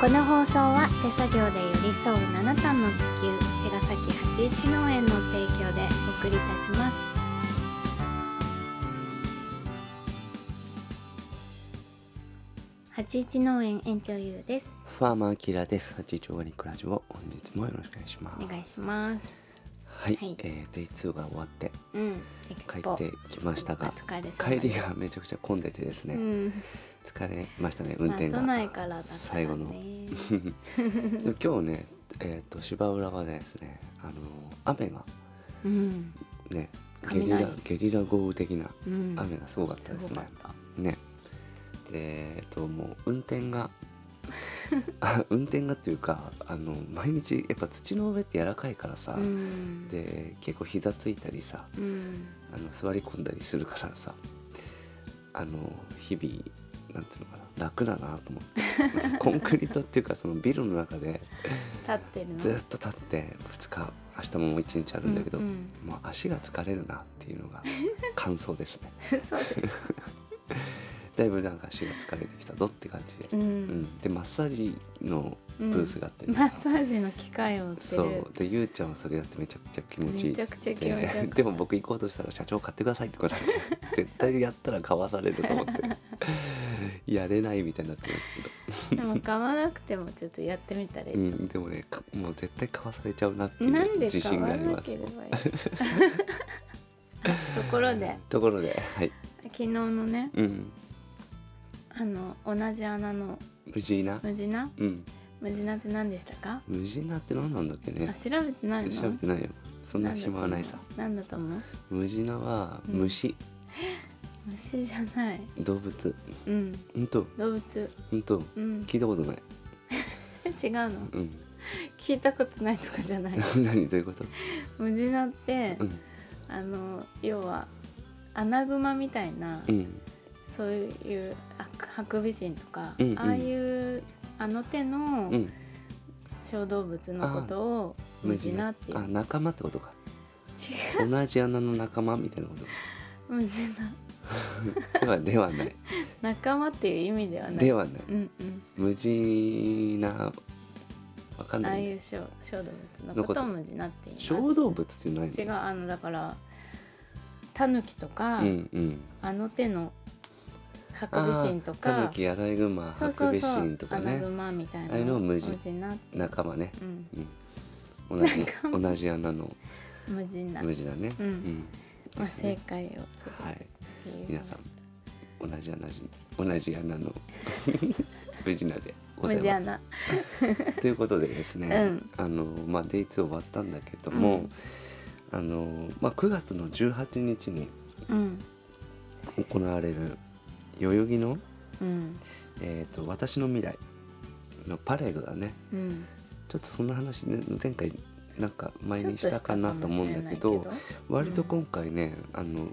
この放送は手作業で寄り添う七段の地球茅ヶ崎八一農園の提供でお送りいたします八一農園園長ゆうですファーマーキラーです。八一オーガニックラジオ、本日もよろしくお願いします。お願いしますはい、はいえー、デイ2が終わってうんエク帰スポってきましたがお、疲れ様です帰りがめちゃくちゃ混んでてですね、うん疲れましたね、運まあ転が。都内からだからね最後の。でも今日ね、えっ、と芝浦はですね、あの雨がうんね、ゲリラ雷ゲリラ豪雨的なうん雨がすごかったすでごすねか。ったねでえっともう運転 があ運転がっていうかあの毎日やっぱ土の上って柔らかいからさ、うんで結構膝ついたりさうんあの座り込んだりするからさあの日々なんていうのかな楽だなと思って コンクリートっていうかそのビルの中で立ってるのずっと立って2日明日ももう1日あるんだけど、うんうんもう足が疲れるなっていうのが感想ですね そうです。だいぶなんか足が疲れてきたぞって感じでう、ん。うんでマッサージのブースがあってね、マッサージの機械を売ってそるう。でゆうちゃんはそれやってめちゃくちゃ気持ちいいっつってめちゃくちゃ気持ちよかったでも僕行こうとしたら社長買ってくださいってこうなっ て絶対やったら買わされると思ってやれないみたいになってます でも買わなくてもちょっとやってみたらいけい。ど、うん、でもねかもう絶対買わされちゃうなっていなんうで自買信わがありなますければいい。 ところでところではい、昨日のねうん、あの同じ穴の無事な、ムジナうん、ムジナって何でしたか？無事なって何なんだっけあね調べてないの？調べてないよそんなだと思暇うはないさ。なんだと思う？無事なはうん虫、虫じゃない。動物うん。ほんと動物。ほんとうん。聞いたことない、違うの？うん、 聞いたことないとかじゃない。何どういうこと、ムジナってうんあの要はアナグマみたいな。うんそういうあハクビシンとか、うんうんああいうあの手のうん、小動物のことをムジナっていう違あ仲間ってことかう同じ穴の仲間みたいなこムジナとではで はない仲間っていう意味ではないではないうんうん無事なわかんあなあいいうね小小動物のことをムジナっていう小動物っていうのはない違うあのだからタヌキとか、うんうんあの手のハクビシンとタヌかキアライグマそハうそクうビシそンうとかアナねグマみたいなああいうのをムジムジナっていう仲間ね、うんうん、同じ仲間同じ穴のムジナ、無事だね、うんまあ、ですね正解をするはいっていう皆さん同じ穴じ同じ穴の 無事なでござい無ま地す穴ということでですね、うんあのまあデイツ終わったんだけども、うんあのまあ9月の18日にうん行われる代々木のうんえっ、と私の未来のパレードだね。うんちょっとそんな話ね前回なんか前ちょっにしたかなと思うんだけとどし、たかもし割と今回ね、あの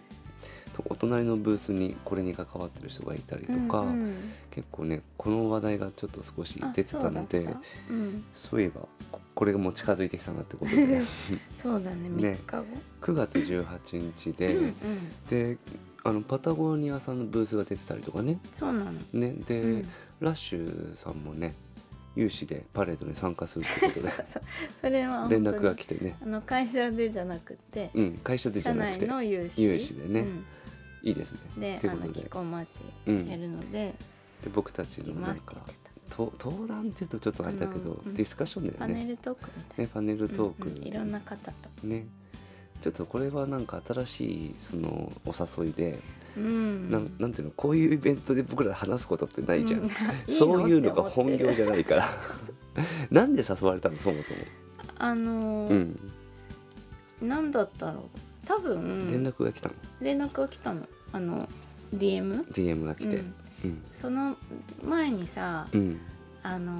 とお隣のブースにこれに関わってる人がいたりれとないけどか、うんうん結構ねこの話題がちょっと少しあ出てたのでそうだったうんそういえばここれがもう近づいてきたなってことでそうだねね三日後9月18日で、うんうんであのパタゴニアさんのブースが出てたりとかねそう なのねで、うんラッシュさんもね有志でパレードに参加するって ことでそそれは本当連に絡が来てね、あの会社でじゃなくてうん、会社でじ社ゃなく内ての有志有志でねうんいいですねでってあことの気で候待ちうんやるのでで僕たちの行きなまんすってか言ってたと登壇っていうとちょっとあれだけど、あのうんディスカッションだパよねネルトークみたいねパネルなトーク、うんうんいろんな方とねちょっとこれはなんか新しいそのお誘いで、うんなんなんていうのこういうイベントで僕ら話すことってないじゃん、 うんいいのそういうのがって思本ってる業じゃないからなんで誘われたのそもそも、あのうーん、なんだったろう多分連絡が来たの連絡が来たのあの DM DM が来てうんうんその前にさ、うん、あの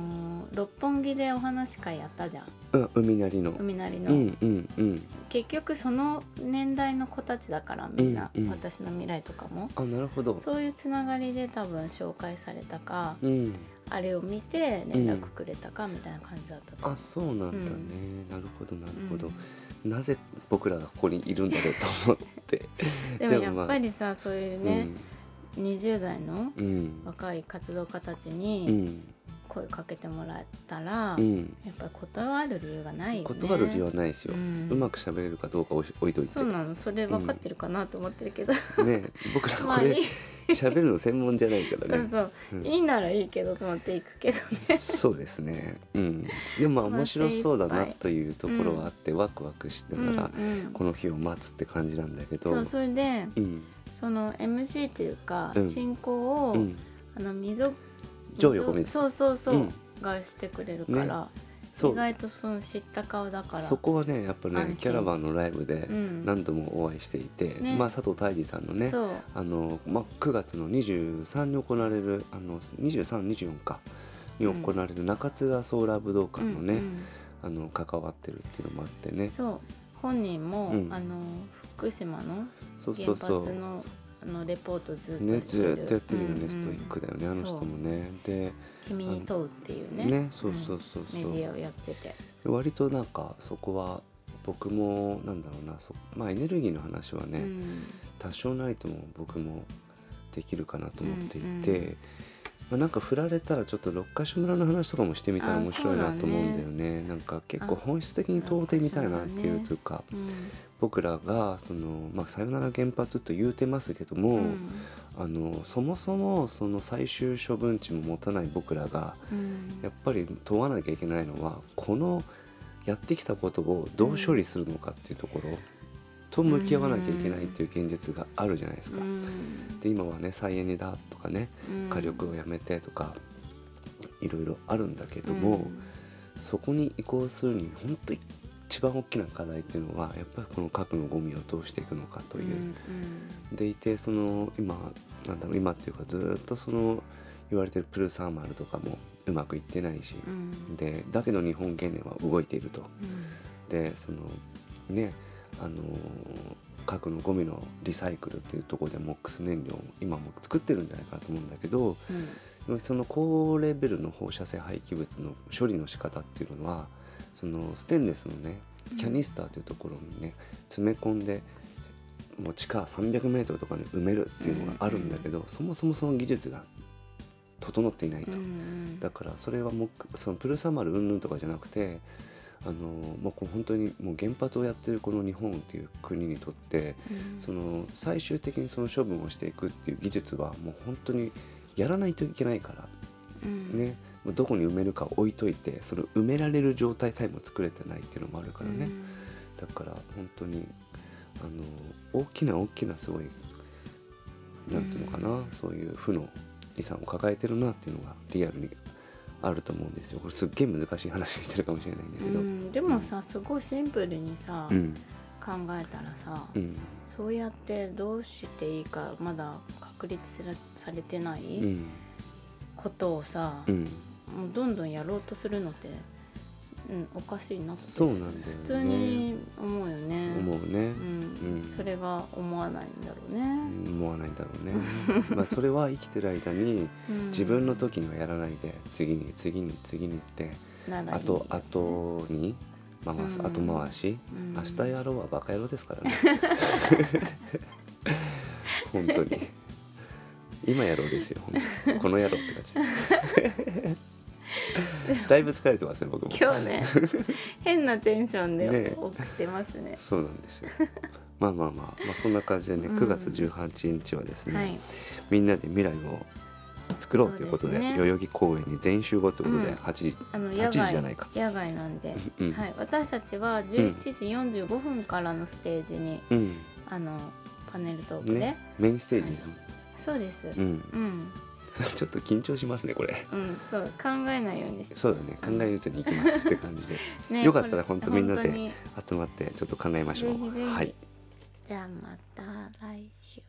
ー六本木でお話会やったじゃんうん、海なりの海なりうの、んうんうん結局その年代の子たちだからみんな、うんうん私の未来とかもあなるほどそういうつながりで多分紹介されたか、うんあれを見て連絡くれたかみたいな感じだったとあ思そうなんだね、うなるほどなるう、ほど、うんなぜ僕らがここにいるんだろうと思ってででももまあやっぱりさ、そういうね、20代のうん若い活動家たちうん、うにん声かけてもらったら、うん、やっぱり断る理由がないよね断る理由はないですよ、ううんまく喋れるかどうか置い置いといてそうなのそれ分かってるかなと思ってるけど、ね僕らまこあれいい喋るの専門じゃないから そうねそう、うんいいならいいけどと思っていくけどねそうですね、うん、でもまあ面白そうだなというところはあってワクワクしながらうんうんこの日を待つって感じなんだけどそうそれでうんその MC というか、うん進行を、うんあの溝上横水そうそうそう、うんがしてくれるから、そ意う外とその知った顔だからそこはねやっぱ安ね心キャラバンのライブでうん何度もお会いしていて、ねまあ、佐藤泰治さんのねそうあの、まあ、9月の23に行われるあの2324かに行われる中津川ソーラー武道館のね、うんあの関わってるっていうのもあってうんねそう本人も、うんあの福島のそう原そう発そのうあのレポートずっとね、してずるーっとやってるよね、うんうんストイックだよねあの人もねで君に問うっていうねねそうそうそうそメう、ディアをやってて割となんかそこは僕もなんだろうなそまあエネルギーの話はね、うん多少ないとも僕もできるかなと思っていて、うんまあ、なんか振られたらちょっと六ヶ所村の話とかもしてみたらあ面白いなそうだねと思うんだよねなんか結構あ本質的に問うてみたいなっていうというか、うん僕らがその、まあ「さよなら原発」と言うてますけども、あのそもそもその最終処分地も持たない僕らがうんやっぱり問わなきゃいけないのはこのやってきたことをどう処理するのかっていうところと向き合わなきゃいけないっていう現実があるじゃないですか。うんで今はね再エネだとかねうん火力をやめてとかいろいろあるんだけども、そこに移行するに本当一番大きな課題っていうのはやっぱりこの核のゴミをどうしていくのかという。んでいてその今なんだろう今っていうかずっとその言われてるプルサーマルとかもうまくいってないし、うんでだけど日本原燃は動いていると。うんでそのねあの核のゴミのリサイクルっていうところで MOX 燃料を今も作ってるんじゃないかなと思うんだけどうんその高レベルの放射性廃棄物の処理の仕方っていうのはそのステンレスのねキャニスターというところにね詰め込んでもう地下300メートルとかに埋めるっていうのがあるんだけど、そもそもその技術が整っていないと、うんうんだからそれはもうそのプルサマル云々とかじゃなくてあのもうこう本当にもう原発をやってるこの日本っていう国にとってうんその最終的にその処分をしていくっていう技術はもう本当にやらないといけないからうんね、もうどこに埋めるか置いといてそれを埋められる状態さえも作れてないっていうのもあるからね、だから本当にあの大きな大きなすごいなんていうのかな、そういう負の遺産を抱えてるなっていうのがリアルにあると思うんですよこれすっげえ難しい話してるかもしれないんだうけどうんんでもさすごいシンプルにさうん、考えたらさそうやってどうしていいかまだ確立せらされてなういんことをさうんもうどんどんやろうとするのって、うん、おかしいなってそうなんだよね普通に思うよね思うね、んうんそれが思わないんだろうね、思わないんだろうね まあそれは生きてる間にうん自分の時にはやらないで次に次に次にってならいあいと後に回すうん後回し、うん明日やろうはバカ野郎ですからね 本当に今やろうですよ本当にこの野郎って 感じだいぶ疲れてますね僕も今日ね 変なテンションでね送ってますねそうなんですよまあまあまあ、まあ、そんな感じでねうん9月18日はですね、はいみんなで未来を作ろうということでそうですね代々木公園に全集合ということうでん8時、あの8野時外じゃないか野外なんで、うんはい、私たちは11時45分からのステージに、うんあのパネルトークで、ねメインステージに、そうです、ううんん うんそれちょっと緊張しますねこれそう考えないようにしてそうだね考えずに行きますって感じで、ねよかったらこれ本当みんな本で当に集まってちょっと考えましょうぜひぜひはいじゃあまた来週。